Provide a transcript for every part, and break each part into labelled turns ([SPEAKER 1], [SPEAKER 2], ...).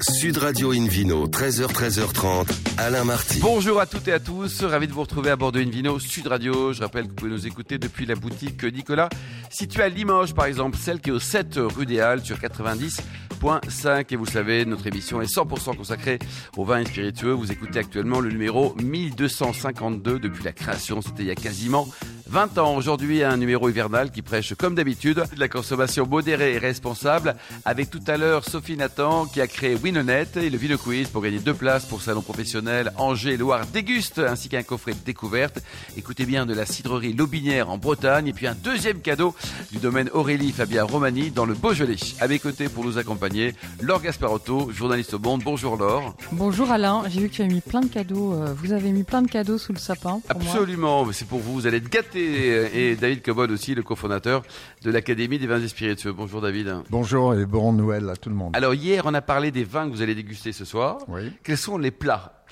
[SPEAKER 1] Sud Radio Invino, 13h, 13h30, Alain Marty.
[SPEAKER 2] Bonjour à toutes et à tous, ravi de vous retrouver à bord de Invino Sud Radio. Je rappelle que vous pouvez nous écouter depuis la boutique Nicolas, située à Limoges par exemple, celle qui est au 7 rue des Halles sur 90.5. Et vous savez, notre émission est 100% consacrée aux vins et spiritueux. Vous écoutez actuellement le numéro 1252 depuis la création, c'était il y a quasiment 20 ans. Aujourd'hui, un numéro hivernal qui prêche comme d'habitude de la consommation modérée et responsable avec tout à l'heure Sophie Nathan qui a créé Winonette et le Vino Quiz pour gagner deux places pour salon professionnel Angers, Loire, Déguste, ainsi qu'un coffret de découverte. Écoutez bien de la cidrerie Lobinière en Bretagne et puis un deuxième cadeau du domaine Aurélie Fabien Romani dans le Beaujolais. À mes côtés pour nous accompagner, Laure Gasparotto, journaliste au Monde. Bonjour Laure.
[SPEAKER 3] Bonjour Alain, j'ai vu que tu as mis plein de cadeaux, euh, vous avez mis plein de cadeaux sous le sapin. pour moi.
[SPEAKER 2] Absolument, c'est pour vous, vous allez être gâtés. Et David Cobol aussi, le cofondateur de l'Académie des vins et spiritueux. Bonjour David.
[SPEAKER 4] Bonjour et bon Noël à tout le monde.
[SPEAKER 2] Alors hier, on a parlé des vins que vous allez déguster ce soir.
[SPEAKER 4] Oui.
[SPEAKER 2] Quels sont les plats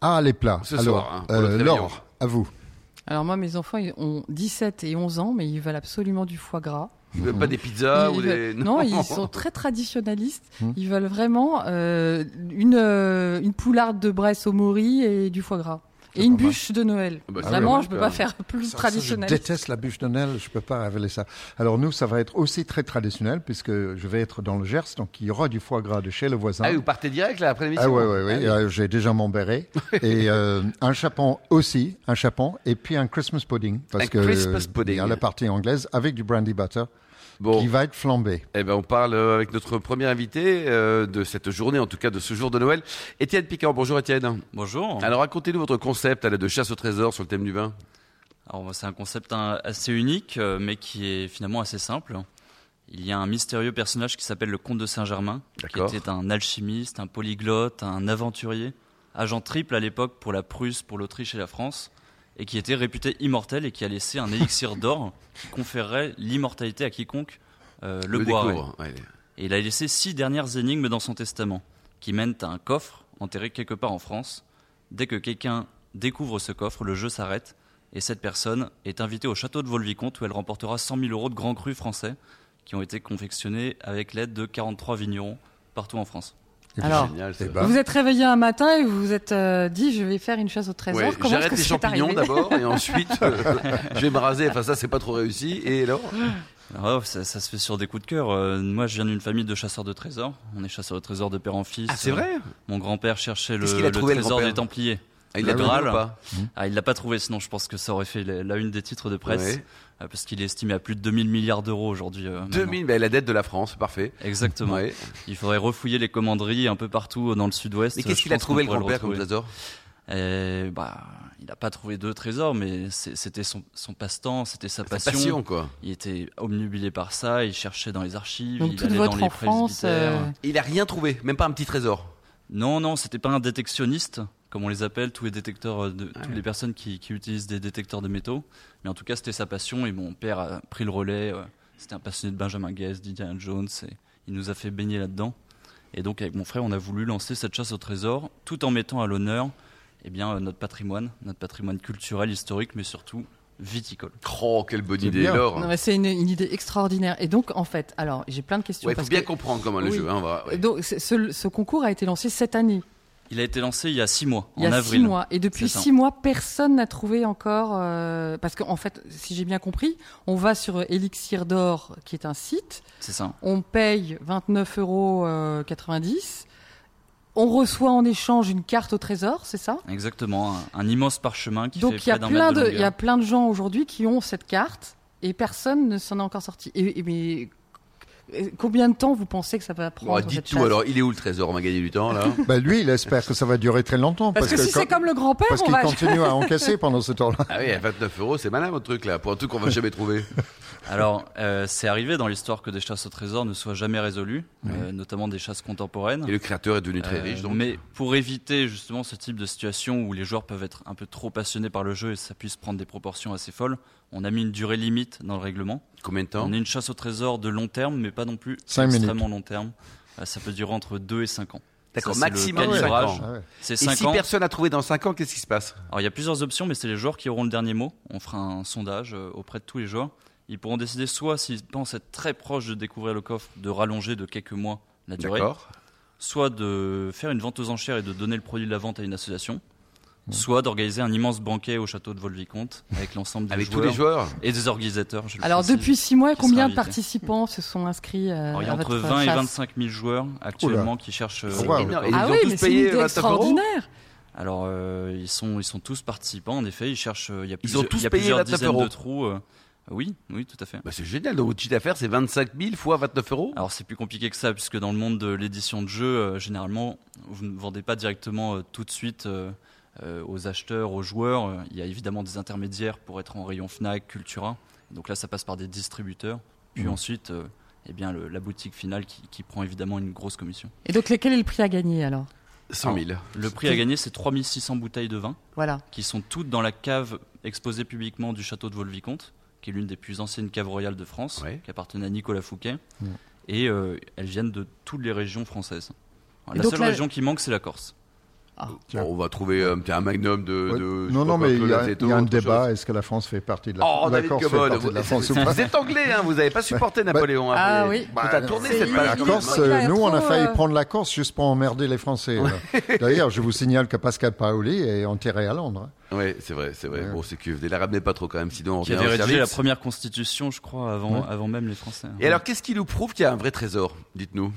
[SPEAKER 4] Ah, les plats.
[SPEAKER 2] Ce
[SPEAKER 4] Alors,
[SPEAKER 2] soir, hein, pour le
[SPEAKER 4] euh,
[SPEAKER 2] réveillon.
[SPEAKER 4] Laure, à vous.
[SPEAKER 3] Alors moi, mes enfants, ils ont 17 et 11 ans, mais ils veulent absolument du foie gras.
[SPEAKER 2] Pas des pizzas
[SPEAKER 3] Ils
[SPEAKER 2] Ah, ou des...
[SPEAKER 3] veulent- Non, ils sont très traditionnalistes.
[SPEAKER 4] Mmh.
[SPEAKER 3] Ils veulent vraiment euh, une, euh, une poularde de Bresse au mori et du foie gras. Et une
[SPEAKER 4] pas mal.
[SPEAKER 3] bûche de
[SPEAKER 2] Ah
[SPEAKER 3] Noël.
[SPEAKER 2] bah, c'est pas
[SPEAKER 3] vraiment,
[SPEAKER 2] mal,
[SPEAKER 3] je peux
[SPEAKER 2] ça.
[SPEAKER 3] pas faire plus
[SPEAKER 4] Ça, ça,
[SPEAKER 3] traditionnel.
[SPEAKER 4] je déteste la bûche de Noël, je peux pas révéler ça. Alors nous, ça va être aussi très traditionnel puisque je vais être dans le Gers, donc il y aura du foie gras de chez le voisin.
[SPEAKER 2] Ah oui, vous partez direct là après l'émission
[SPEAKER 4] Ah ouais, ouais, ouais.
[SPEAKER 2] Ah oui.
[SPEAKER 4] Euh, j'ai déjà mon béret. et euh, un chapon aussi, un chapon, et puis un Christmas pudding. Parce
[SPEAKER 2] Un
[SPEAKER 4] que
[SPEAKER 2] Christmas
[SPEAKER 4] euh,
[SPEAKER 2] pudding. Oh.
[SPEAKER 4] il y a la partie anglaise avec du brandy butter
[SPEAKER 2] Bon,
[SPEAKER 4] qui va être flambé.
[SPEAKER 2] eh ben, on parle euh, avec notre premier invité euh, de cette journée, en tout cas de ce jour de Noël, Étienne Picard. Bonjour Étienne.
[SPEAKER 5] Bonjour. Alors,
[SPEAKER 2] Alors racontez-nous votre concept là, de chasse au trésor sur le thème du vin.
[SPEAKER 5] moi, c'est un concept hein, assez unique, euh, mais qui est finalement assez simple. Il y a un mystérieux personnage qui s'appelle le comte de Saint-Germain, qui
[SPEAKER 2] D'accord.
[SPEAKER 5] était un alchimiste, un polyglotte, un aventurier, agent triple à l'époque pour la Prusse, pour l'Autriche et la France, et qui était réputé immortel et qui a laissé un élixir d'or qui conférerait l'immortalité à quiconque euh, le, boirait.
[SPEAKER 2] découvre. Ouais.
[SPEAKER 5] Et il a laissé six dernières énigmes dans son testament, qui mènent à un coffre enterré quelque part en France. Dès que quelqu'un découvre ce coffre, le jeu s'arrête, et cette personne est invitée au château de Volvicomte, où elle remportera 100 000 euros de grands crus français, qui ont été confectionnés avec l'aide de 43 vignerons partout en France.
[SPEAKER 4] Et puis,
[SPEAKER 3] Alors,
[SPEAKER 2] Génial, ça.
[SPEAKER 4] eh ben,
[SPEAKER 3] vous êtes réveillé un matin et vous vous êtes euh, dit, je vais faire une chasse au trésor.
[SPEAKER 2] Ouais,
[SPEAKER 3] Comment est-ce
[SPEAKER 2] J'arrête
[SPEAKER 3] que
[SPEAKER 2] les
[SPEAKER 3] c'est
[SPEAKER 2] champignons
[SPEAKER 3] arrivé
[SPEAKER 2] d'abord et ensuite euh, je vais me raser. Enfin ça c'est pas trop réussi. Et alors
[SPEAKER 5] Ah, Alors, ça, ça se fait sur des coups de cœur. Euh, moi, je viens d'une famille de chasseurs de trésors. On est chasseurs de trésors de père en fils.
[SPEAKER 2] Ah c'est
[SPEAKER 5] Euh,
[SPEAKER 2] vrai
[SPEAKER 5] Mon grand-père cherchait le,
[SPEAKER 2] Qu'est-ce qu'il a
[SPEAKER 5] le
[SPEAKER 2] trouvé, le
[SPEAKER 5] trésor
[SPEAKER 2] grand-père
[SPEAKER 5] des Templiers.
[SPEAKER 2] Ah, Il l'a
[SPEAKER 5] Le
[SPEAKER 2] trouvé
[SPEAKER 5] Graal.
[SPEAKER 2] ou pas
[SPEAKER 5] Ah, il l'a pas trouvé, sinon je pense que ça aurait fait la, la une des titres de presse,
[SPEAKER 2] Ouais.
[SPEAKER 5] Euh, parce qu'il est estimé à plus de 2000 milliards d'euros aujourd'hui. euh, maintenant.
[SPEAKER 2] 2000, ben, la dette de la France, parfait.
[SPEAKER 5] Exactement.
[SPEAKER 2] Ouais.
[SPEAKER 5] Il faudrait refouiller les commanderies un peu partout dans le sud-ouest.
[SPEAKER 2] Mais
[SPEAKER 5] Euh,
[SPEAKER 2] qu'est-ce
[SPEAKER 5] je
[SPEAKER 2] qu'il a
[SPEAKER 5] pense
[SPEAKER 2] trouvé
[SPEAKER 5] qu'on
[SPEAKER 2] le
[SPEAKER 5] pourrait
[SPEAKER 2] grand-père comme
[SPEAKER 5] retrouver.
[SPEAKER 2] trésor
[SPEAKER 5] Eh, bah, Il n'a pas trouvé deux trésors, mais c'est- c'était son, son passe-temps, c'était sa
[SPEAKER 2] Sa
[SPEAKER 5] passion.
[SPEAKER 2] passion quoi.
[SPEAKER 5] Il était omnubilé par ça, il cherchait dans les archives,
[SPEAKER 3] Donc
[SPEAKER 5] il
[SPEAKER 3] toute
[SPEAKER 5] allait dans
[SPEAKER 3] votre
[SPEAKER 5] les
[SPEAKER 3] enfance,
[SPEAKER 5] presbytères.
[SPEAKER 3] euh,
[SPEAKER 2] Il a rien trouvé, même pas un petit trésor.
[SPEAKER 5] Non, non, c'était pas un détectionniste, comme on les appelle, tous les détecteurs, euh, de, toutes les personnes qui, qui utilisent des détecteurs de métaux. Mais en tout cas, c'était sa passion et mon père a pris le relais. euh, C'était un passionné de Benjamin Guest, Didier Jones, et il nous a fait baigner là-dedans. Et donc, avec mon frère, on a voulu lancer cette chasse au trésor, tout en mettant à l'honneur eh bien, euh, notre patrimoine, notre patrimoine culturel, historique, mais surtout viticole.
[SPEAKER 2] Oh, quelle bonne
[SPEAKER 4] C'est
[SPEAKER 2] idée,
[SPEAKER 4] bien.
[SPEAKER 2] Laure.
[SPEAKER 3] Non, mais c'est une, une idée extraordinaire. Et donc, en fait, alors, j'ai plein de questions.
[SPEAKER 2] Ouais, faut
[SPEAKER 3] parce
[SPEAKER 2] bien
[SPEAKER 3] que-
[SPEAKER 2] comprendre comment le
[SPEAKER 3] Oui.
[SPEAKER 2] jeu. hein, on va- ouais.
[SPEAKER 3] Donc, ce, ce- ce concours a été lancé cette année,
[SPEAKER 5] Il a été lancé il y a six mois,
[SPEAKER 3] il y
[SPEAKER 5] en
[SPEAKER 3] a
[SPEAKER 5] avril.
[SPEAKER 3] six mois. Et depuis
[SPEAKER 5] C'est ça.
[SPEAKER 3] six mois, personne n'a trouvé encore. euh, parce qu'en fait, si j'ai bien compris, on va sur Elixir d'Or, qui est un site.
[SPEAKER 5] C'est ça.
[SPEAKER 3] On paye 29,90 euros. euh, 90. On reçoit en échange une carte au trésor, c'est ça
[SPEAKER 5] Exactement, un, un immense parchemin qui fait
[SPEAKER 3] Donc il y, a
[SPEAKER 5] près d'un
[SPEAKER 3] plein
[SPEAKER 5] mètre de
[SPEAKER 3] de, il y
[SPEAKER 5] longueur.
[SPEAKER 3] a plein de gens aujourd'hui qui ont cette carte et personne ne s'en est encore sorti. Et, et- mais et combien de temps vous pensez que ça va prendre
[SPEAKER 2] Bon,
[SPEAKER 3] cette
[SPEAKER 2] dites tout
[SPEAKER 3] chasse
[SPEAKER 2] Bah, alors, il est où le trésor On va gagner du temps là.
[SPEAKER 4] bah, lui, il espère que ça va durer très longtemps.
[SPEAKER 3] Parce, que, si
[SPEAKER 4] quand-
[SPEAKER 3] c'est comme le grand-père,
[SPEAKER 4] parce
[SPEAKER 3] on
[SPEAKER 4] qu'il
[SPEAKER 3] va.
[SPEAKER 4] continue à encaisser pendant ce temps-là.
[SPEAKER 2] ah oui, à 29 euros, c'est malin votre truc là, pour un truc qu'on va jamais trouver.
[SPEAKER 5] Alors, euh, c'est arrivé dans l'histoire que des chasses au trésor ne soient jamais résolues, euh, notamment des chasses contemporaines.
[SPEAKER 2] Et le créateur est devenu très
[SPEAKER 5] Euh,
[SPEAKER 2] riche donc.
[SPEAKER 5] Mais pour éviter justement ce type de situation où les joueurs peuvent être un peu trop passionnés par le jeu et ça puisse prendre des proportions assez folles, on a mis une durée limite dans le règlement.
[SPEAKER 2] Combien de temps
[SPEAKER 5] On est une chasse au trésor de long terme, mais pas non plus
[SPEAKER 4] Cinq minutes.
[SPEAKER 5] extrêmement long terme. Euh, ça peut durer entre 2 et 5 ans.
[SPEAKER 2] D'accord,
[SPEAKER 5] Ça, c'est le
[SPEAKER 2] maximum
[SPEAKER 4] cinq
[SPEAKER 5] calibrage.
[SPEAKER 2] ans.
[SPEAKER 4] Ah ouais.
[SPEAKER 5] C'est
[SPEAKER 2] Et
[SPEAKER 5] 5
[SPEAKER 2] si
[SPEAKER 5] ans.
[SPEAKER 2] personne n'a trouvé dans 5 ans, qu'est-ce qui se passe
[SPEAKER 5] Alors il y a plusieurs options, mais c'est les joueurs qui auront le dernier mot. On fera un sondage euh, auprès de tous les joueurs. Ils pourront décider soit s'ils pensent être très proches de découvrir le coffre, de rallonger de quelques mois la durée,
[SPEAKER 2] D'accord.
[SPEAKER 5] soit de faire une vente aux enchères et de donner le produit de la vente à une association, soit d'organiser un immense banquet au château de Volvicomte avec l'ensemble des
[SPEAKER 2] Avec
[SPEAKER 5] joueurs
[SPEAKER 2] tous les joueurs
[SPEAKER 5] et des organisateurs. je le
[SPEAKER 3] Alors
[SPEAKER 5] précise.
[SPEAKER 3] depuis six mois,
[SPEAKER 5] qui sera
[SPEAKER 3] combien de
[SPEAKER 5] invité.
[SPEAKER 3] participants se sont inscrits euh,
[SPEAKER 5] Alors, il y
[SPEAKER 3] à
[SPEAKER 5] a entre
[SPEAKER 3] votre
[SPEAKER 5] 20 et
[SPEAKER 3] chasse
[SPEAKER 5] 25 000 joueurs actuellement qui cherchent. euh,
[SPEAKER 4] C'est
[SPEAKER 5] le
[SPEAKER 4] énorme.
[SPEAKER 5] corps.
[SPEAKER 2] Et ils
[SPEAKER 3] Ah
[SPEAKER 2] ont
[SPEAKER 3] oui,
[SPEAKER 2] tous
[SPEAKER 3] mais c'est une
[SPEAKER 2] payé
[SPEAKER 3] idée
[SPEAKER 2] 29 euros
[SPEAKER 3] extraordinaire.
[SPEAKER 5] Alors euh, ils sont ils sont tous participants en effet. Ils cherchent. euh, Il y a
[SPEAKER 2] ont
[SPEAKER 5] plusieurs,
[SPEAKER 2] tous
[SPEAKER 5] il y a
[SPEAKER 2] payé
[SPEAKER 5] plusieurs
[SPEAKER 2] 29
[SPEAKER 5] dizaines
[SPEAKER 2] euros.
[SPEAKER 5] de trous. euh, oui, oui, tout à fait.
[SPEAKER 2] Bah, c'est génial, donc votre chiffre d'affaires c'est 25 000 fois 29 euros
[SPEAKER 5] Alors c'est plus compliqué que ça puisque dans le monde de l'édition de jeux, euh, généralement vous ne vendez pas directement euh, tout de suite euh, euh, aux acheteurs, aux joueurs. Euh, Il y a évidemment des intermédiaires pour être en rayon Fnac, Cultura. Donc là ça passe par des distributeurs. Puis
[SPEAKER 2] Mmh.
[SPEAKER 4] Mhm.
[SPEAKER 5] ensuite, euh, eh bien le- la boutique finale qui, qui prend évidemment une grosse commission.
[SPEAKER 3] Et donc, quel est le prix à gagner alors
[SPEAKER 2] 100 000.
[SPEAKER 5] Le prix à gagner c'est 3600 bouteilles de vin.
[SPEAKER 3] Voilà.
[SPEAKER 5] qui sont toutes dans la cave exposée publiquement du château de Volvicomte, qui est l'une des plus anciennes caves royales de France,
[SPEAKER 2] Ouais.
[SPEAKER 5] qui appartenait à Nicolas Fouquet.
[SPEAKER 4] Ouais.
[SPEAKER 5] Et euh, elles viennent de toutes les régions françaises.
[SPEAKER 3] Et
[SPEAKER 5] la
[SPEAKER 3] donc
[SPEAKER 5] seule
[SPEAKER 3] là-
[SPEAKER 5] région qui manque, c'est la Corse.
[SPEAKER 4] Tiens.
[SPEAKER 2] Bon, on va trouver euh, tiens, un magnum de.
[SPEAKER 4] Ouais.
[SPEAKER 2] de- je
[SPEAKER 4] non,
[SPEAKER 2] sais pas
[SPEAKER 4] non,
[SPEAKER 2] quoi,
[SPEAKER 4] mais il y a,
[SPEAKER 2] Clausetto,
[SPEAKER 4] il y a un
[SPEAKER 2] autre chose.
[SPEAKER 4] débat. Est-ce que la France fait partie de la,
[SPEAKER 2] Oh,
[SPEAKER 4] la
[SPEAKER 2] David
[SPEAKER 4] Corse fait
[SPEAKER 2] Cobol,
[SPEAKER 4] partie
[SPEAKER 2] vous,
[SPEAKER 4] de la France ou pas
[SPEAKER 2] vous êtes anglais, hein, vous avez pas supporté Napoléon. hein,
[SPEAKER 3] Ah
[SPEAKER 2] vous avez-
[SPEAKER 3] oui.
[SPEAKER 2] Bah, t'as tourné
[SPEAKER 3] C'est
[SPEAKER 2] cette
[SPEAKER 3] lui.
[SPEAKER 2] page.
[SPEAKER 4] La
[SPEAKER 2] quand même,
[SPEAKER 3] Il est
[SPEAKER 4] Corse,
[SPEAKER 2] hein.
[SPEAKER 3] trop-
[SPEAKER 4] euh, nous, on a
[SPEAKER 3] trop,
[SPEAKER 4] failli
[SPEAKER 3] euh,
[SPEAKER 4] prendre la Corse juste pour emmerder les Français. là. D'ailleurs, je vous signale que Pascal Paoli est enterré à Londres.
[SPEAKER 2] Ouais, c'est vrai, c'est vrai.
[SPEAKER 4] Ouais.
[SPEAKER 2] Bon, c'est QFD, la ramenez pas trop quand même, sinon on
[SPEAKER 5] Qui
[SPEAKER 2] revient
[SPEAKER 5] avait
[SPEAKER 2] au
[SPEAKER 5] rédigé la
[SPEAKER 2] service.
[SPEAKER 5] première constitution, je crois, avant,
[SPEAKER 4] Ouais.
[SPEAKER 5] avant même les Français.
[SPEAKER 2] Et alors, qu'est-ce qui nous prouve qu'il y a un vrai trésor Dites-nous.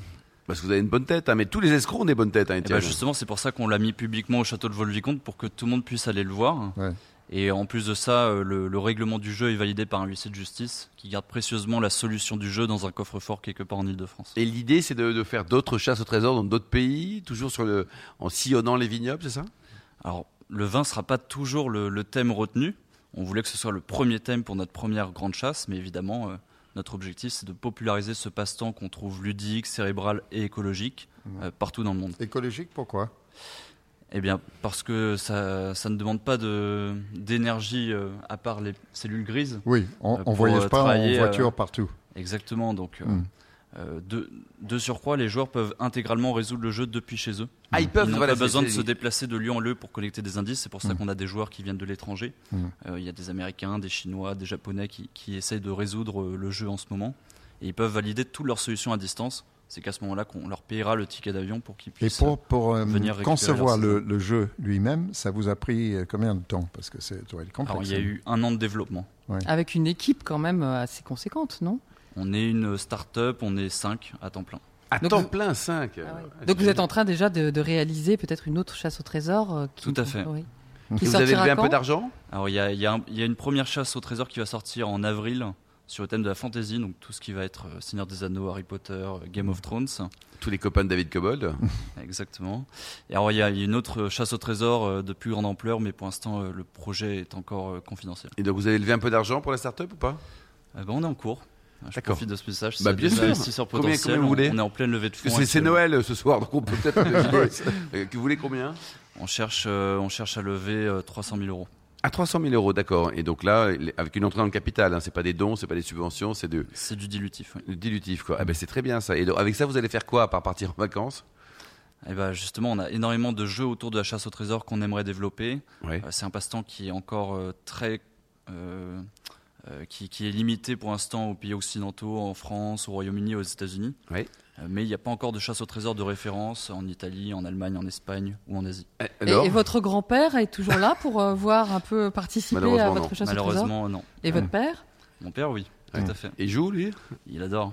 [SPEAKER 2] Parce que vous avez une bonne tête, hein, mais tous les escrocs ont des bonnes têtes, hein,
[SPEAKER 5] Eh ben,
[SPEAKER 2] Étienne.
[SPEAKER 5] justement, c'est pour ça qu'on l'a mis publiquement au château de Volvicomte pour que tout le monde puisse aller le voir.
[SPEAKER 4] Ouais.
[SPEAKER 5] Et en plus de ça, euh, le, le règlement du jeu est validé par un huissier de justice qui garde précieusement la solution du jeu dans un coffre-fort quelque part en Ile-de-France.
[SPEAKER 2] Et l'idée, c'est de, de faire d'autres chasses au trésor dans d'autres pays, toujours sur le, en sillonnant les vignobles, c'est ça
[SPEAKER 5] Alors, le vin sera pas toujours le, le thème retenu. On voulait que ce soit le premier thème pour notre première grande chasse, mais évidemment, euh, notre objectif, c'est de populariser ce passe-temps qu'on trouve ludique, cérébral et écologique
[SPEAKER 4] Mmh.
[SPEAKER 5] euh, partout dans le monde.
[SPEAKER 4] Écologique, pourquoi
[SPEAKER 5] Eh bien, parce que ça, ça ne demande pas de- d'énergie euh, à part les cellules grises.
[SPEAKER 4] Oui, on,
[SPEAKER 5] Euh,
[SPEAKER 4] on
[SPEAKER 5] pour,
[SPEAKER 4] voyage
[SPEAKER 5] euh,
[SPEAKER 4] pas en
[SPEAKER 5] travailler,
[SPEAKER 4] voiture
[SPEAKER 5] euh,
[SPEAKER 4] partout.
[SPEAKER 5] Exactement. Donc, euh,
[SPEAKER 2] Hmm.
[SPEAKER 4] Mm.
[SPEAKER 5] euh, de, de surcroît, les joueurs peuvent intégralement résoudre le jeu depuis chez eux.
[SPEAKER 2] Ah, ils Hmm. peuvent.
[SPEAKER 5] Ils n'ont
[SPEAKER 2] voilà,
[SPEAKER 5] pas
[SPEAKER 2] c'est-
[SPEAKER 5] besoin de
[SPEAKER 2] c'est-
[SPEAKER 5] se déplacer de lieu en lieu pour collecter des indices. C'est pour ça
[SPEAKER 4] Mm.
[SPEAKER 5] qu'on a des joueurs qui viennent de l'étranger. Euh,
[SPEAKER 2] Hmm.
[SPEAKER 4] Mm.
[SPEAKER 5] Il y a des Américains, des Chinois, des Japonais qui, qui essayent de résoudre euh, le jeu en ce moment. Et ils peuvent valider toutes leurs solutions à distance. C'est qu'à ce moment-là qu'on leur payera le ticket d'avion pour qu'ils
[SPEAKER 4] Et
[SPEAKER 5] puissent.
[SPEAKER 4] pour, pour euh,
[SPEAKER 5] venir récupérer
[SPEAKER 4] concevoir
[SPEAKER 5] leur
[SPEAKER 4] le, le jeu lui-même, ça vous a pris euh, combien de temps Parce que c'est doit être complexe.
[SPEAKER 5] Alors, Ah il y a eu un an de développement.
[SPEAKER 3] Avec une équipe quand même euh, assez conséquente, non
[SPEAKER 5] On est une start-up, on est 5 à temps plein.
[SPEAKER 2] À
[SPEAKER 3] Donc
[SPEAKER 2] temps
[SPEAKER 3] vous- Ah
[SPEAKER 2] plein, Euh, 5.
[SPEAKER 3] Donc vous êtes en train déjà de, de réaliser peut-être une autre chasse au trésor. euh, qui-
[SPEAKER 5] Tout à fait.
[SPEAKER 3] oui.
[SPEAKER 4] Et
[SPEAKER 3] Qui
[SPEAKER 2] Vous avez
[SPEAKER 3] sortira
[SPEAKER 2] levé un peu
[SPEAKER 3] quand
[SPEAKER 2] d'argent
[SPEAKER 5] Alors il y a, il y a un- il y a une première chasse au trésor qui va sortir en avril sur le thème de la fantasy, donc tout ce qui va être euh, Seigneur des Anneaux, Harry Potter, euh, Game of Thrones,
[SPEAKER 2] Tous les copains de David Cobold.
[SPEAKER 5] exactement. Et alors il y a il y a une autre euh, chasse au trésor euh, de plus grande ampleur, mais pour l'instant euh, le projet est encore euh, confidentiel.
[SPEAKER 2] Et donc vous avez levé un peu d'argent pour la start-up ou pas
[SPEAKER 5] Euh, ben, on est en cours. Je
[SPEAKER 2] D'accord.
[SPEAKER 5] profite de ce message.
[SPEAKER 2] Bah,
[SPEAKER 5] s'il y a
[SPEAKER 2] bien
[SPEAKER 5] des
[SPEAKER 2] sûr.
[SPEAKER 5] Investisseurs
[SPEAKER 2] Combien- combien
[SPEAKER 5] potentiels,
[SPEAKER 2] vous
[SPEAKER 5] on-
[SPEAKER 2] voulez
[SPEAKER 5] on est en pleine levée de fonds.
[SPEAKER 2] Parce que c'est- c'est
[SPEAKER 5] actuellement.
[SPEAKER 2] Noël euh, ce soir, donc on peut peut-être imaginer, euh, que vous voulez combien
[SPEAKER 5] On cherche, euh, on cherche à lever euh, 300 000 euros.
[SPEAKER 2] À 300 000 euros, d'accord. Et donc là, les- avec une entrée dans le capital, hein, c'est pas des dons, c'est pas des subventions, c'est de
[SPEAKER 5] C'est du dilutif. hein. oui.
[SPEAKER 2] du dilutif, quoi. Ah ben c'est très bien ça. Et donc, avec ça, vous allez faire quoi à part partir en vacances
[SPEAKER 5] Et ben justement, on a énormément de jeux autour de la chasse au trésor qu'on aimerait développer.
[SPEAKER 2] Ouais.
[SPEAKER 5] Euh, C'est un passe-temps qui est encore euh, très. euh, euh, qui, qui est limité pour l'instant aux pays occidentaux, en France, au Royaume-Uni, aux États-Unis.
[SPEAKER 2] Oui.
[SPEAKER 5] Euh, mais il n'y a pas encore de chasse au trésor de référence en Italie, en Allemagne, en Espagne ou en Asie.
[SPEAKER 2] Eh,
[SPEAKER 3] Et,
[SPEAKER 2] alors
[SPEAKER 3] et votre grand-père est toujours là pour euh, voir un peu participer à
[SPEAKER 2] Malheureusement,
[SPEAKER 3] votre chasse au trésor
[SPEAKER 5] Malheureusement, non.
[SPEAKER 3] Et votre père
[SPEAKER 5] Mon père, oui,
[SPEAKER 2] Ouais.
[SPEAKER 5] tout à fait.
[SPEAKER 2] Il joue lui
[SPEAKER 5] Il adore.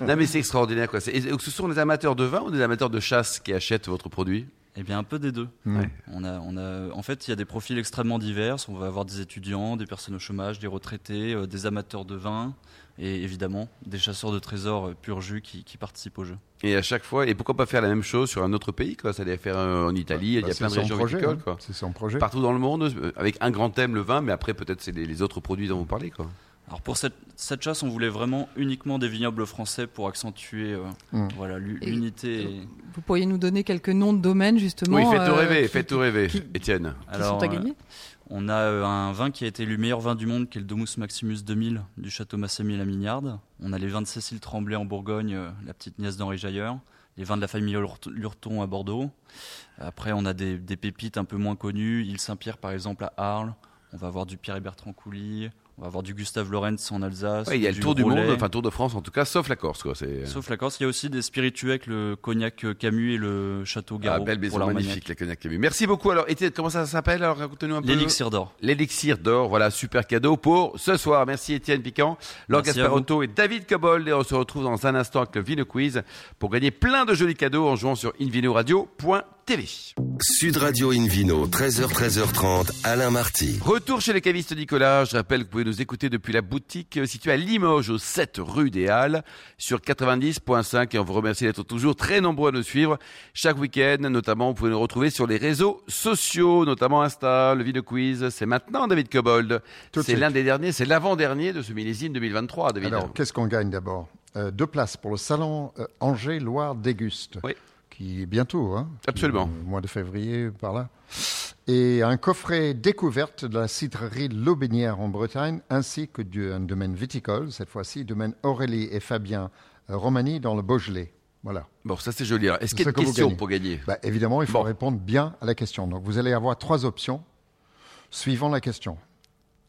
[SPEAKER 2] Non mais c'est extraordinaire quoi. C'est- et donc, ce sont des amateurs de vin ou des amateurs de chasse qui achètent votre produit
[SPEAKER 5] Eh bien, un peu des deux.
[SPEAKER 4] Mm.
[SPEAKER 2] Ouais.
[SPEAKER 5] On a, on a, en fait, il y a des profils extrêmement divers. On va avoir des étudiants, des personnes au chômage, des retraités, euh, des amateurs de vin et évidemment des chasseurs de trésors euh, pur jus qui, qui participent au jeu.
[SPEAKER 2] Et à chaque fois, et pourquoi pas faire la même chose sur un autre pays quoi Ça allait faire euh, en Italie, il y
[SPEAKER 4] Bah,
[SPEAKER 2] a
[SPEAKER 4] c'est
[SPEAKER 2] plein de
[SPEAKER 4] son
[SPEAKER 2] régions
[SPEAKER 4] projet,
[SPEAKER 2] viticoles
[SPEAKER 4] hein.
[SPEAKER 2] quoi.
[SPEAKER 4] C'est son projet.
[SPEAKER 2] Partout dans le monde, euh, avec un grand thème, le vin, mais après peut-être c'est les, les autres produits dont vous parlez quoi.
[SPEAKER 5] Alors pour cette, cette chasse, on voulait vraiment uniquement des vignobles français pour accentuer euh,
[SPEAKER 4] Mm.
[SPEAKER 5] voilà l'u-
[SPEAKER 3] Et-
[SPEAKER 5] l'unité. et-
[SPEAKER 3] Vous pourriez nous donner quelques noms de domaines justement
[SPEAKER 2] Oui, faites-vous
[SPEAKER 3] euh,
[SPEAKER 2] rêver,
[SPEAKER 3] qui-
[SPEAKER 2] faites-vous rêver,
[SPEAKER 3] qui-
[SPEAKER 2] Étienne.
[SPEAKER 3] qui sont à
[SPEAKER 5] euh,
[SPEAKER 3] gagner
[SPEAKER 5] on a euh, un vin qui a été élu meilleur vin du monde, qui est le Domus Maximus 2000 du château Massamy la Mignarde. On a les vins de Cécile Tremblay en Bourgogne, euh, la petite nièce d'Henri Jailleur. Les vins de la famille Lurt- Lurton à Bordeaux. Après, on a des, des pépites un peu moins connues. Île Saint-Pierre, par exemple, à Arles. On va avoir du Pierre et Bertrand Coulis. On va avoir du Gustave Lorenz en Alsace.
[SPEAKER 2] Ouais, il y a le tour du
[SPEAKER 5] Rollet.
[SPEAKER 2] monde, enfin euh, tour de France en tout cas, sauf la Corse quoi. C'est
[SPEAKER 5] Sauf la Corse, il y a aussi des spiritueux avec le cognac euh, Camus et le château
[SPEAKER 2] ah,
[SPEAKER 5] Garot.
[SPEAKER 2] belle maison
[SPEAKER 5] pour l'Armagnac.
[SPEAKER 2] magnifique, la cognac Camus. Merci beaucoup. Alors, Étienne, comment ça s'appelle Alors, raconte-nous un peu.
[SPEAKER 5] L'élixir d'or.
[SPEAKER 2] L'élixir d'or, voilà, super cadeau pour ce soir. Merci Étienne Piquant, Laure
[SPEAKER 5] Merci à
[SPEAKER 2] Gasparotto et David Cobold. Et on se retrouve dans un instant avec le Vino Quiz pour gagner plein de jolis cadeaux en jouant sur invinoradio.tv.
[SPEAKER 1] Sud Radio Invino, 13h, 13h30, Alain Marty.
[SPEAKER 2] Retour chez les cavistes Nicolas. Je rappelle que vous pouvez nous écouter depuis la boutique euh, située à Limoges, au 7 rue des Halles, sur 90.5. Et on vous remercie d'être toujours très nombreux à nous suivre chaque week-end. Notamment, vous pouvez nous retrouver sur les réseaux sociaux, notamment Insta, le Vino Quiz. C'est maintenant, David Cobold.
[SPEAKER 4] Tout de
[SPEAKER 2] C'est
[SPEAKER 4] suite.
[SPEAKER 2] l'un des derniers, c'est l'avant-dernier de ce millésime 2023, David.
[SPEAKER 4] Alors, qu'est-ce qu'on gagne d'abord Euh, Deux places pour le salon euh, Angers-Loire Déguste,
[SPEAKER 2] Oui.
[SPEAKER 4] qui est bientôt, hein, qui est
[SPEAKER 2] Absolument.
[SPEAKER 4] au mois de février, par là. Et un coffret découverte de la cidrerie L'Aubinière en Bretagne, ainsi que d'un domaine viticole, cette fois-ci, domaine Aurélie et Fabien euh, Romani dans le Beaujolais. Voilà.
[SPEAKER 2] Bon, ça c'est joli. Alors, Est-ce qu'il y a
[SPEAKER 4] C'est
[SPEAKER 2] une
[SPEAKER 4] que vous
[SPEAKER 2] question
[SPEAKER 4] gagnez.
[SPEAKER 2] pour gagner
[SPEAKER 4] Bah, évidemment, il faut
[SPEAKER 2] Bon.
[SPEAKER 4] répondre bien à la question. Donc, vous allez avoir trois options suivant la question.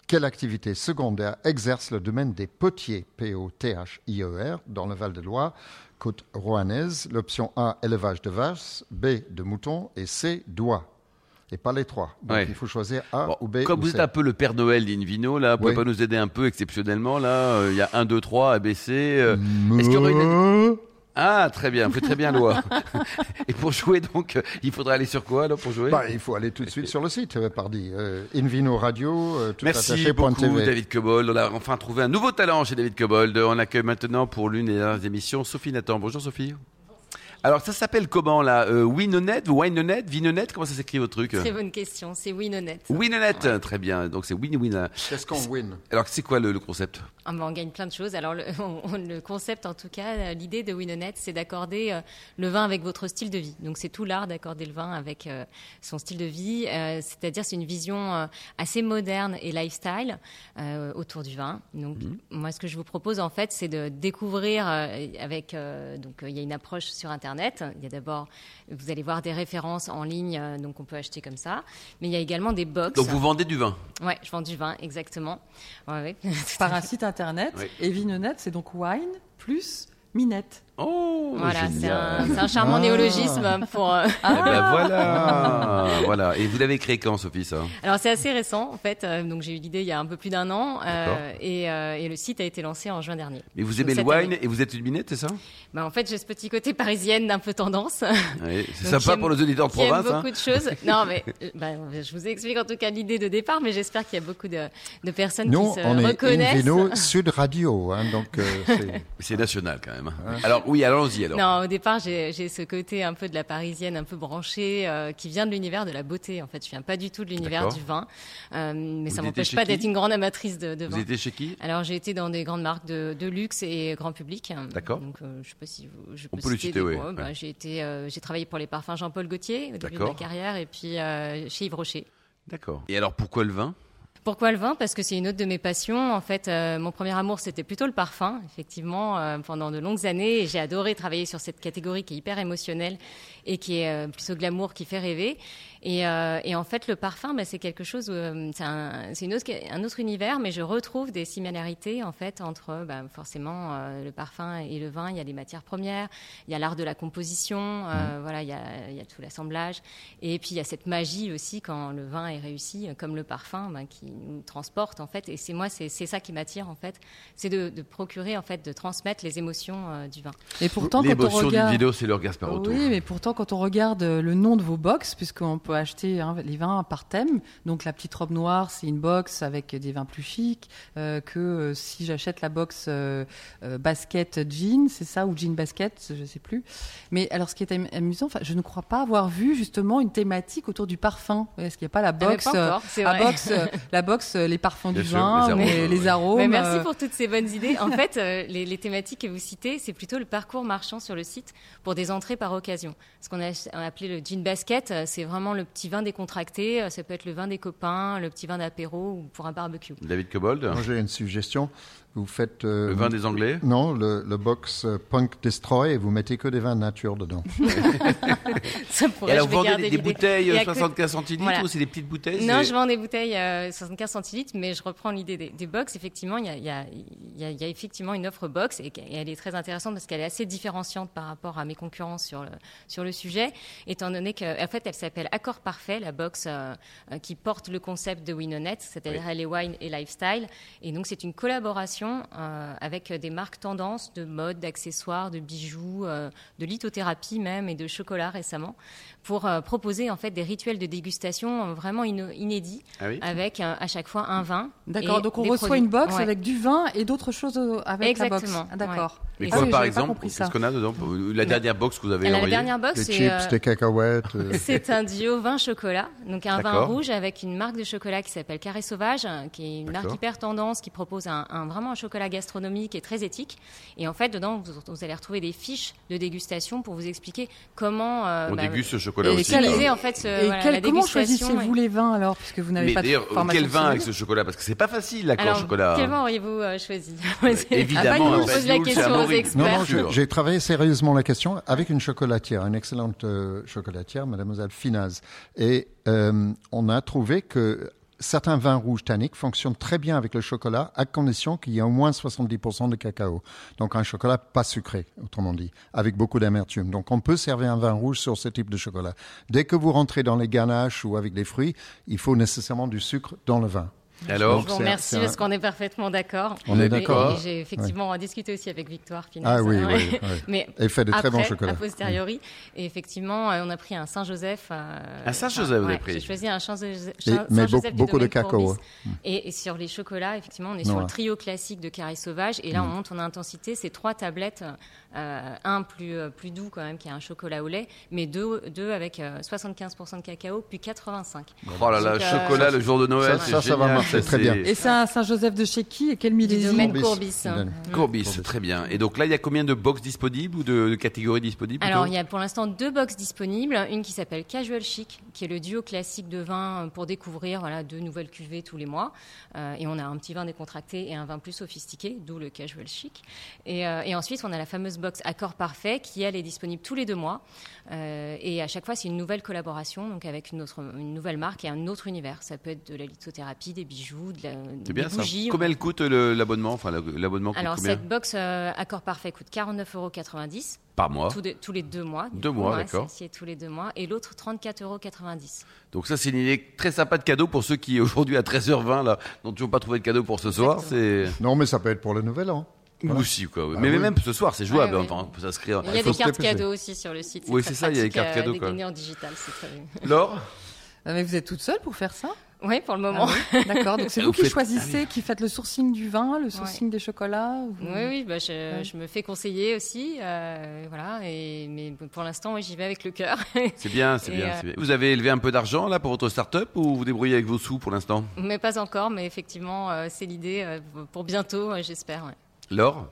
[SPEAKER 4] Quelle activité secondaire exerce le domaine des potiers, P-O-T-H-I-E-R, E dans le Val-de-Loire, côte roannaise L'option A, élevage de vaches, B, de moutons, et C, d'oies. Et pas les trois. Donc,
[SPEAKER 2] Ouais.
[SPEAKER 4] il faut choisir A
[SPEAKER 2] Bon,
[SPEAKER 4] Ah, ou B
[SPEAKER 2] Comme
[SPEAKER 4] ou
[SPEAKER 2] vous êtes
[SPEAKER 4] C.
[SPEAKER 2] un peu le Père Noël d'Invino, là, vous pouvez
[SPEAKER 4] Oui.
[SPEAKER 2] pas nous aider un peu exceptionnellement là Euh, Il y a 1, 2, 3, ABC. euh,
[SPEAKER 4] Mou-
[SPEAKER 2] est-ce qu'il y aurait une- Ah, très bien, vous faites très bien, Loa. Et pour jouer, donc, euh, il faudra aller sur quoi, là, pour jouer
[SPEAKER 4] Bah, il faut aller tout de suite sur le site, euh, pardi. Euh, Invino Radio, euh, tout
[SPEAKER 2] Merci
[SPEAKER 4] attaché, point
[SPEAKER 2] beaucoup,
[SPEAKER 4] TV.
[SPEAKER 2] David Cobold. On a enfin trouvé un nouveau talent chez David Cobold. On accueille maintenant pour l'une des dernières émissions Sophie Nathan. Bonjour, Sophie. Alors, ça s'appelle comment, là euh, Winonette, Winonette, Vinonette Comment ça s'écrit, votre truc
[SPEAKER 6] Très bonne question, c'est oui honnête.
[SPEAKER 2] Winonette, très bien. Donc, c'est win-win.
[SPEAKER 4] Qu'est-ce qu'on win
[SPEAKER 2] Alors, c'est quoi le, le concept
[SPEAKER 6] Ah ben, on gagne plein de choses. Alors le, on- on- le concept, en tout cas, euh, l'idée de Winonette, c'est d'accorder euh, le vin avec votre style de vie. Donc c'est tout l'art d'accorder le vin avec euh, son style de vie. Euh, C'est-à-dire c'est une vision euh, assez moderne et lifestyle euh, autour du vin. Donc moi, ce que je vous propose en fait, c'est de découvrir euh, avec. euh, donc euh, il y a une approche sur Internet. Il y a d'abord, vous allez voir des références en ligne, euh, donc on peut acheter comme ça. Mais il y a également des box.
[SPEAKER 2] Donc, vous vendez du vin
[SPEAKER 6] Ouais, je vends du vin, exactement. Ouais, ouais.
[SPEAKER 3] par un site internet.
[SPEAKER 2] Oui.
[SPEAKER 3] Et Vinonette, c'est donc wine plus minette.
[SPEAKER 2] Oh,
[SPEAKER 6] Voilà, c'est
[SPEAKER 2] génial.
[SPEAKER 6] un, c'est un charmant
[SPEAKER 4] Ah.
[SPEAKER 6] néologisme pour. euh,
[SPEAKER 2] Eh ben, voilà, voilà. Et vous l'avez créé quand, Sophie, ça
[SPEAKER 6] Alors c'est assez récent en fait, euh, donc j'ai eu l'idée il y a un peu plus d'un an euh,
[SPEAKER 2] D'accord.
[SPEAKER 6] et, euh, et le site a été lancé en juin dernier.
[SPEAKER 2] Mais vous
[SPEAKER 6] Donc,
[SPEAKER 2] aimez le
[SPEAKER 6] cette
[SPEAKER 2] wine
[SPEAKER 6] année.
[SPEAKER 2] et vous êtes une minette, c'est ça
[SPEAKER 6] Bah, en fait j'ai ce petit côté parisienne d'un peu tendance.
[SPEAKER 2] Oui, c'est
[SPEAKER 6] Donc,
[SPEAKER 2] sympa
[SPEAKER 6] qui
[SPEAKER 2] pour
[SPEAKER 6] aime-
[SPEAKER 2] les auditeurs de
[SPEAKER 6] qui aime
[SPEAKER 2] province. hein.
[SPEAKER 6] beaucoup de choses. Non mais euh, bah, je vous explique en tout cas l'idée de départ, mais j'espère qu'il y a beaucoup de, de personnes
[SPEAKER 4] Nous,
[SPEAKER 6] qui se
[SPEAKER 4] on est
[SPEAKER 6] reconnaissent.
[SPEAKER 4] Invino Sud Radio, hein, donc euh, c'est-
[SPEAKER 2] C'est national quand même. hein. Alors oui, allons-y alors.
[SPEAKER 6] Non, au départ, j'ai j'ai ce côté un peu de la parisienne, un peu branchée, euh, qui vient de l'univers de la beauté. En fait, je viens pas du tout de l'univers
[SPEAKER 2] D'accord.
[SPEAKER 6] du vin, Euh, mais
[SPEAKER 2] Vous étiez
[SPEAKER 6] ça m'empêche
[SPEAKER 2] chez
[SPEAKER 6] pas
[SPEAKER 2] qui
[SPEAKER 6] d'être une grande amatrice de, de
[SPEAKER 2] Vous
[SPEAKER 6] vin.
[SPEAKER 2] étiez chez qui
[SPEAKER 6] Alors, j'ai été dans des grandes marques de, de luxe et grand public.
[SPEAKER 2] D'accord.
[SPEAKER 6] Donc, euh, je sais pas si vous, je
[SPEAKER 2] On
[SPEAKER 6] peux
[SPEAKER 2] peut les citer,
[SPEAKER 6] des-
[SPEAKER 2] oui.
[SPEAKER 6] ouais, bah,
[SPEAKER 2] Ouais.
[SPEAKER 6] J'ai été, euh, j'ai travaillé pour les parfums Jean-Paul Gaultier au début de ma
[SPEAKER 2] D'accord.
[SPEAKER 6] carrière, et puis euh, chez Yves Rocher.
[SPEAKER 2] D'accord. Et alors pourquoi le vin
[SPEAKER 6] Pourquoi le vin Parce que c'est une autre de mes passions. En fait, euh, mon premier amour, c'était plutôt le parfum, effectivement, euh, pendant de longues années. Et J'ai adoré travailler sur cette catégorie qui est hyper émotionnelle et qui est euh, plutôt glamour, qui fait rêver. Et, euh, et en fait, le parfum, bah, c'est quelque chose, où, euh, c'est un, c'est une autre, un autre univers, mais je retrouve des similarités, en fait, entre bah, forcément euh, le parfum et le vin. Il y a les matières premières, il y a l'art de la composition, euh, voilà, il y a, il y a tout l'assemblage. Et puis il y a cette magie aussi quand le vin est réussi, euh, comme le parfum, ben, qui nous transporte en fait. Et c'est moi, c'est c'est ça qui m'attire en fait, c'est de, de procurer en fait, de transmettre les émotions euh, du vin.
[SPEAKER 3] Et pourtant, quand on
[SPEAKER 2] L'émotion d'une
[SPEAKER 3] regarde.
[SPEAKER 2] vidéo, c'est leur Gasparotto.
[SPEAKER 3] Oui, mais pourtant, quand on regarde euh, le nom de vos box, puisqu'on peut acheter hein, les vins par thème, donc la petite robe noire, c'est une box avec des vins plus chics, euh, que euh, si j'achète la box euh, euh, basket jean, c'est ça, ou jean basket, je sais plus. Mais alors, ce qui est am- amusant, enfin, je ne crois pas avoir vu justement une thématique autour du parfum. Est-ce qu'il n'y a pas la
[SPEAKER 6] Ah, mais
[SPEAKER 3] box,
[SPEAKER 6] pas
[SPEAKER 3] euh,
[SPEAKER 6] encore, c'est
[SPEAKER 3] la
[SPEAKER 6] vrai.
[SPEAKER 3] box, euh, la box, euh, les parfums
[SPEAKER 2] Bien
[SPEAKER 3] du
[SPEAKER 2] sûr,
[SPEAKER 3] vin,
[SPEAKER 2] les arômes,
[SPEAKER 3] les arômes,
[SPEAKER 2] ouais.
[SPEAKER 3] les arômes
[SPEAKER 6] Mais
[SPEAKER 3] euh,
[SPEAKER 6] merci pour toutes ces bonnes idées. En fait, euh, les, les thématiques que vous citez, c'est plutôt le parcours marchand sur le site pour des entrées par occasion. Ce qu'on a ach- a appelé le gin basket, euh, c'est vraiment le petit vin décontracté. euh, Ça peut être le vin des copains, le petit vin d'apéro ou pour un barbecue.
[SPEAKER 2] David Cobold.
[SPEAKER 4] moi j'ai une suggestion. Vous faites. euh,
[SPEAKER 2] Le vin des Anglais
[SPEAKER 4] Non, le, le box euh, Punk Destroy et vous mettez que des vins nature dedans.
[SPEAKER 6] Ça pourrait,
[SPEAKER 2] Et alors,
[SPEAKER 6] je
[SPEAKER 2] vous
[SPEAKER 6] vais
[SPEAKER 2] vendez
[SPEAKER 6] garder
[SPEAKER 2] des, des
[SPEAKER 6] l'idée.
[SPEAKER 2] bouteilles
[SPEAKER 6] Il y a
[SPEAKER 2] euh,
[SPEAKER 6] que-
[SPEAKER 2] 75 centilitres
[SPEAKER 6] Voilà.
[SPEAKER 2] ou c'est des petites bouteilles
[SPEAKER 6] Non,
[SPEAKER 2] c'est-
[SPEAKER 6] je vends des bouteilles euh, 75 centilitres, mais je reprends l'idée des, des box. Effectivement, il y a, il y a- il y a- il y a effectivement une offre box et, qu'elle- et elle est très intéressante parce qu'elle est assez différenciante par rapport à mes concurrents sur le, sur le sujet, étant donné qu'en fait, elle s'appelle Accord Parfait, la box euh, euh, qui porte le concept de Winonette, c'est-à-dire elle est wine et lifestyle. Et donc, c'est une collaboration euh, avec des marques tendances de mode, d'accessoires, de bijoux, euh, de lithothérapie même et de chocolat récemment pour euh, proposer en fait des rituels de dégustation euh, vraiment ino- inédits
[SPEAKER 2] Ah oui
[SPEAKER 6] avec euh, à chaque fois un vin.
[SPEAKER 3] D'accord,
[SPEAKER 6] et
[SPEAKER 3] donc on
[SPEAKER 6] des
[SPEAKER 3] reçoit
[SPEAKER 6] produits.
[SPEAKER 3] une box
[SPEAKER 6] Ouais.
[SPEAKER 3] avec du vin et d'autres choses euh, avec la
[SPEAKER 6] Exactement,
[SPEAKER 3] box. Ah, D'accord.
[SPEAKER 2] Mais
[SPEAKER 6] Ah
[SPEAKER 2] quoi, par
[SPEAKER 6] oui,
[SPEAKER 3] j'avais pas
[SPEAKER 2] exemple
[SPEAKER 3] compris ça.
[SPEAKER 2] Qu'est-ce qu'on a dedans La dernière box que vous avez
[SPEAKER 6] Et La
[SPEAKER 2] envoyée
[SPEAKER 6] dernière box,
[SPEAKER 4] Des
[SPEAKER 6] c'est,
[SPEAKER 4] chips,
[SPEAKER 6] euh,
[SPEAKER 4] des cacahuètes. euh.
[SPEAKER 6] c'est un duo vin-chocolat, donc un vin
[SPEAKER 2] D'accord.
[SPEAKER 6] rouge avec une marque de chocolat qui s'appelle Carré Sauvage, euh, qui est une marque
[SPEAKER 2] D'accord.
[SPEAKER 6] hyper tendance, qui propose un, un- vraiment un chocolat gastronomique et très éthique. Et en fait, dedans, vous, vous allez retrouver des fiches de dégustation pour vous expliquer comment euh,
[SPEAKER 2] On
[SPEAKER 6] bah,
[SPEAKER 2] déguste ce chocolat
[SPEAKER 3] et
[SPEAKER 2] aussi. euh,
[SPEAKER 3] quel-
[SPEAKER 2] quoi.
[SPEAKER 6] utiliser en fait ce,
[SPEAKER 3] et
[SPEAKER 6] voilà,
[SPEAKER 3] quel-
[SPEAKER 6] la
[SPEAKER 3] comment
[SPEAKER 6] dégustation. et-
[SPEAKER 3] choisissez-vous les vins alors Puisque vous n'avez
[SPEAKER 2] Mais
[SPEAKER 3] pas de
[SPEAKER 2] d'ailleurs, euh,
[SPEAKER 3] formation
[SPEAKER 2] quel vin avec
[SPEAKER 3] sur
[SPEAKER 2] ce chocolat Parce que c'est pas facile, l'accord
[SPEAKER 6] Alors,
[SPEAKER 2] chocolat.
[SPEAKER 6] quel
[SPEAKER 2] hein.
[SPEAKER 6] vin auriez-vous euh, choisi
[SPEAKER 2] Évidemment,
[SPEAKER 6] Ah, bah, il
[SPEAKER 2] un
[SPEAKER 6] nous pose la
[SPEAKER 2] Basile, c'est un
[SPEAKER 6] question aux
[SPEAKER 2] Maurice.
[SPEAKER 6] experts.
[SPEAKER 4] Non, non,
[SPEAKER 2] Sûr.
[SPEAKER 4] je- j'ai travaillé sérieusement la question avec une chocolatière, une excellente euh, chocolatière, mademoiselle Finaz. Et euh, on a trouvé que certains vins rouges tanniques fonctionnent très bien avec le chocolat, à condition qu'il y ait au moins 70% de cacao. Donc un chocolat pas sucré, autrement dit, avec beaucoup d'amertume. Donc on peut servir un vin rouge sur ce type de chocolat. Dès que vous rentrez dans les ganaches ou avec des fruits, il faut nécessairement du sucre dans le vin.
[SPEAKER 2] Et Alors
[SPEAKER 6] Je vous
[SPEAKER 4] c'est-
[SPEAKER 6] remercie
[SPEAKER 4] c'est un-
[SPEAKER 6] parce qu'on est parfaitement d'accord.
[SPEAKER 4] On est
[SPEAKER 6] Et-
[SPEAKER 4] d'accord.
[SPEAKER 6] et J'ai effectivement discuté aussi avec Victoire Finance.
[SPEAKER 4] Ah oui,
[SPEAKER 6] Ouais.
[SPEAKER 4] oui, oui.
[SPEAKER 6] Mais
[SPEAKER 4] Et fait de
[SPEAKER 6] après,
[SPEAKER 4] très bons chocolats. Mm.
[SPEAKER 6] a posteriori, et effectivement, euh, on a pris un Saint-Joseph. euh,
[SPEAKER 2] Un Saint-Joseph, vous avez
[SPEAKER 6] ouais,
[SPEAKER 2] pris.
[SPEAKER 6] J'ai choisi un Saint-Joseph.
[SPEAKER 4] Et- mais
[SPEAKER 6] Saint-Joseph
[SPEAKER 4] be-
[SPEAKER 6] du
[SPEAKER 4] beaucoup de
[SPEAKER 6] domaine
[SPEAKER 4] cacao, hein. Mm.
[SPEAKER 6] Courbis. Et, et sur les chocolats, effectivement, on est sur
[SPEAKER 4] Ouais.
[SPEAKER 6] le trio classique de carré sauvage. Et
[SPEAKER 4] Mm.
[SPEAKER 6] là, on monte en intensité. C'est trois tablettes, euh, un plus, euh, plus doux quand même, qui est un chocolat au lait, mais deux, deux avec euh, 75% de cacao, puis 85%.
[SPEAKER 2] Oh là là,
[SPEAKER 6] Donc, euh,
[SPEAKER 2] chocolat le jour de Noël,
[SPEAKER 4] ça,
[SPEAKER 2] c'est
[SPEAKER 4] ça, ça va
[SPEAKER 2] génial,
[SPEAKER 4] marcher
[SPEAKER 2] c'est-
[SPEAKER 4] très bien.
[SPEAKER 3] Et c'est un Saint-Joseph de chez qui et quel
[SPEAKER 6] Du
[SPEAKER 3] millésime
[SPEAKER 6] domaine
[SPEAKER 4] Courbis.
[SPEAKER 6] Courbis. Mm.
[SPEAKER 4] Courbis.
[SPEAKER 2] Courbis, Mm. très bien. Et donc là, il y a combien de box disponibles ou de, de catégories disponibles
[SPEAKER 6] Alors, il
[SPEAKER 2] plutôt
[SPEAKER 6] y a pour l'instant deux box disponibles. Une qui s'appelle Casual Chic, qui est le duo classique de vins pour découvrir voilà, deux nouvelles cuvées tous les mois. Euh, et on a un petit vin décontracté et un vin plus sophistiqué, d'où le Casual Chic. Et, euh, et ensuite, on a la fameuse box Accord Parfait, qui elle est disponible tous les deux mois. Euh, et à chaque fois, c'est une nouvelle collaboration, donc avec une, autre, une nouvelle marque et un autre univers. Ça peut être de la lithothérapie, des bijoux, de la,
[SPEAKER 2] C'est
[SPEAKER 6] des
[SPEAKER 2] bien ça.
[SPEAKER 6] bougies.
[SPEAKER 2] Combien elle coûte le- l'abonnement Enfin, la- l'abonnement coûte
[SPEAKER 6] Alors,
[SPEAKER 2] combien
[SPEAKER 6] cette box euh, Accord Parfait coûte 49,90 euros.
[SPEAKER 2] Par mois.
[SPEAKER 6] Tous, des- tous les deux mois. du
[SPEAKER 2] Deux
[SPEAKER 6] coup,
[SPEAKER 2] mois,
[SPEAKER 6] ouais,
[SPEAKER 2] d'accord.
[SPEAKER 6] celle-ci est tous les deux mois. Et l'autre, 34,90 euros.
[SPEAKER 2] Donc ça, c'est une idée très sympa de cadeau pour ceux qui, aujourd'hui, à 13h20, là, n'ont toujours pas trouvé de cadeau pour ce soir. C'est
[SPEAKER 4] Non, mais ça peut être pour le nouvel an.
[SPEAKER 2] ou si, quoi. oui. mais,
[SPEAKER 4] oui.
[SPEAKER 2] mais même ce soir, c'est jouable.
[SPEAKER 6] Ouais, ouais.
[SPEAKER 2] Enfin, on peut s'inscrire.
[SPEAKER 6] Ah Il y a
[SPEAKER 4] faut
[SPEAKER 6] des
[SPEAKER 4] se
[SPEAKER 6] cartes
[SPEAKER 4] dépêcher.
[SPEAKER 6] cadeaux aussi sur le site.
[SPEAKER 2] Oui,
[SPEAKER 6] très
[SPEAKER 2] c'est ça, il y a des
[SPEAKER 6] pratique,
[SPEAKER 2] cartes cadeaux, quoi.
[SPEAKER 6] déclinées en digital, c'est très bien.
[SPEAKER 2] Laure
[SPEAKER 3] Ah, Mais vous êtes toute seule pour faire ça
[SPEAKER 6] Oui, pour le
[SPEAKER 3] Ah
[SPEAKER 6] moment.
[SPEAKER 3] oui, D'accord, donc c'est
[SPEAKER 2] Vous
[SPEAKER 3] vous qui
[SPEAKER 2] faites- Ah
[SPEAKER 3] choisissez, qui faites le sourcing du vin, le sourcing des chocolats vous-
[SPEAKER 6] Oui, oui, bah, je, je me fais conseiller aussi. euh, voilà, et, mais pour l'instant, oui, j'y vais avec le cœur.
[SPEAKER 2] C'est bien, c'est
[SPEAKER 6] Et,
[SPEAKER 2] bien,
[SPEAKER 6] euh,
[SPEAKER 2] c'est bien. Vous avez élevé un peu d'argent, là, pour votre start-up ou vous vous débrouillez avec vos sous pour l'instant
[SPEAKER 6] mais pas encore, mais effectivement, euh, c'est l'idée euh, pour bientôt, euh, j'espère. ouais.
[SPEAKER 2] Laure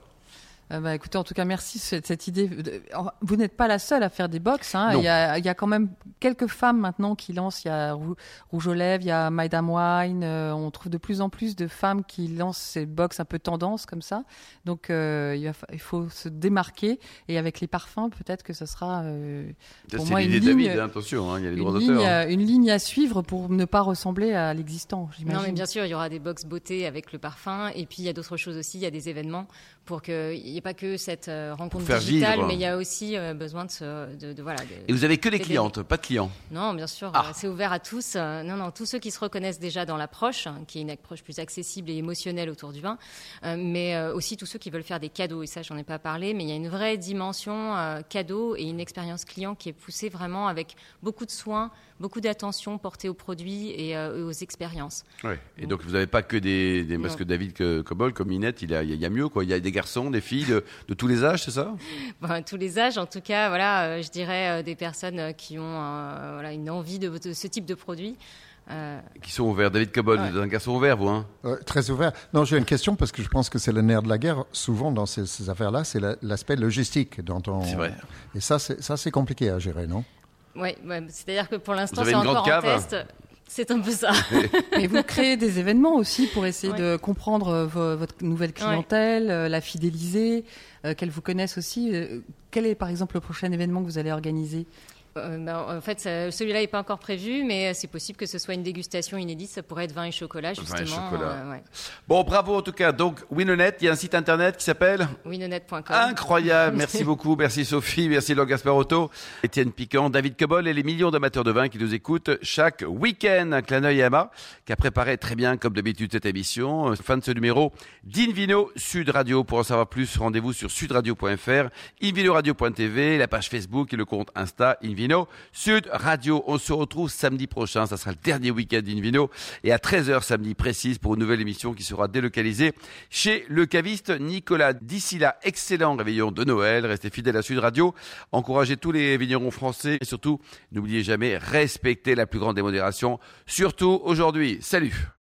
[SPEAKER 3] Euh, bah, écoutez, en tout cas, merci cette, cette idée. de- en- Vous n'êtes pas la seule à faire des box. Hein.
[SPEAKER 2] Non.
[SPEAKER 3] Il, y a, il y a quand même quelques femmes maintenant qui lancent. Il y a Rou- Rouge aux lèvres, il y a Madame Wine. euh, on trouve de plus en plus de femmes qui lancent ces box un peu tendance comme ça. Donc, euh, il, va fa- il faut se démarquer. Et avec les parfums, peut-être que ce sera euh,
[SPEAKER 2] Ça,
[SPEAKER 3] Pour
[SPEAKER 2] C'est
[SPEAKER 3] moi,
[SPEAKER 2] l'idée de
[SPEAKER 3] une
[SPEAKER 2] David,
[SPEAKER 3] ligne-
[SPEAKER 2] hein, attention, hein, il y a les droits
[SPEAKER 3] une,
[SPEAKER 2] d'auteur.
[SPEAKER 3] ligne,
[SPEAKER 2] hein.
[SPEAKER 3] euh, une ligne à suivre pour ne pas ressembler à l'existant.
[SPEAKER 6] Non, mais
[SPEAKER 3] j'imagine.
[SPEAKER 6] bien sûr, il y aura des box beauté avec le parfum. Et puis, il y a d'autres choses aussi. Il y a des événements pour qu'il n'y ait pas que cette euh, rencontre
[SPEAKER 2] faire
[SPEAKER 6] digitale,
[SPEAKER 2] vivre.
[SPEAKER 6] mais il y a aussi euh, besoin de ce. De, de- voilà, de-
[SPEAKER 2] Et vous avez que des
[SPEAKER 6] euh, C'est des-
[SPEAKER 2] clientes, pas de clients.
[SPEAKER 6] Non, bien sûr,
[SPEAKER 2] Ah.
[SPEAKER 6] euh, c'est ouvert à tous. Euh, non, non, tous ceux qui se reconnaissent déjà dans l'approche, hein, qui est une approche plus accessible et émotionnelle autour du vin, euh, mais euh, aussi tous ceux qui veulent faire des cadeaux. Et ça, j'en ai pas parlé, mais il y a une vraie dimension euh, cadeau et une expérience client qui est poussée vraiment avec beaucoup de soin, beaucoup d'attention portée aux produits et euh, aux expériences.
[SPEAKER 2] Et donc vous n'avez pas que des, des- parce
[SPEAKER 6] Non.
[SPEAKER 2] que David que- Cobol, comme Inette, il y a, il y a mieux quoi. Il y a des garçons, des filles de, de tous les âges, c'est ça
[SPEAKER 6] Bon, tous les âges, en tout cas, voilà, euh, je dirais euh, des personnes euh, qui ont euh, voilà, une envie de, de ce type de produit. Euh,
[SPEAKER 2] Qui sont ouverts. David Cobol, vous êtes un garçon ouvert, vous. Hein
[SPEAKER 4] Euh, très ouvert. Non, j'ai une question parce que je pense que c'est le nerf de la guerre. Souvent, dans ces, ces affaires-là, c'est la- l'aspect logistique. Dont on...
[SPEAKER 2] C'est vrai.
[SPEAKER 4] Et ça, c'est ça, c'est compliqué à gérer, non
[SPEAKER 6] Oui, ouais, c'est-à-dire que pour l'instant,
[SPEAKER 2] avez
[SPEAKER 6] c'est
[SPEAKER 2] une grande
[SPEAKER 6] encore en
[SPEAKER 2] cave
[SPEAKER 6] test. C'est un peu ça.
[SPEAKER 3] Mais vous créez des événements aussi pour essayer
[SPEAKER 6] Ouais.
[SPEAKER 3] de comprendre euh, vo- votre nouvelle clientèle, euh, la fidéliser, euh, qu'elle vous connaisse aussi. Euh, Quel est par exemple le prochain événement que vous allez organiser
[SPEAKER 6] Euh, ben, en fait, ça- celui-là n'est pas encore prévu, mais euh, c'est possible que ce soit une dégustation inédite. Ça pourrait être vin et chocolat,
[SPEAKER 2] Vin et
[SPEAKER 6] justement.
[SPEAKER 2] chocolat.
[SPEAKER 6] euh, ouais.
[SPEAKER 2] Bon, bravo en tout cas. Donc, Winonette, il y a un site internet qui s'appelle
[SPEAKER 6] Winonette.com.
[SPEAKER 2] Ah, Incroyable. Merci beaucoup. Merci Sophie. Merci Laurent Gasparotto, Étienne Piquant, David Cobol et les millions d'amateurs de vin qui nous écoutent chaque week-end. Un clin d'œil à Emma qui a préparé très bien, comme d'habitude, cette émission. Euh, Fin de ce numéro d'Invino Sud Radio. Pour en savoir plus, rendez-vous sur sudradio.fr, invinoradio.tv, la page Facebook et le compte Insta Invino Sud Radio. On se retrouve samedi prochain. Ça sera le dernier week-end d'Invino et à 13h samedi précise pour une nouvelle émission qui sera délocalisée chez le caviste Nicolas. D'ici là, excellent réveillon de Noël. Restez fidèles à Sud Radio. Encouragez tous les vignerons français et surtout, n'oubliez jamais, respectez la plus grande démodération. Surtout aujourd'hui. Salut!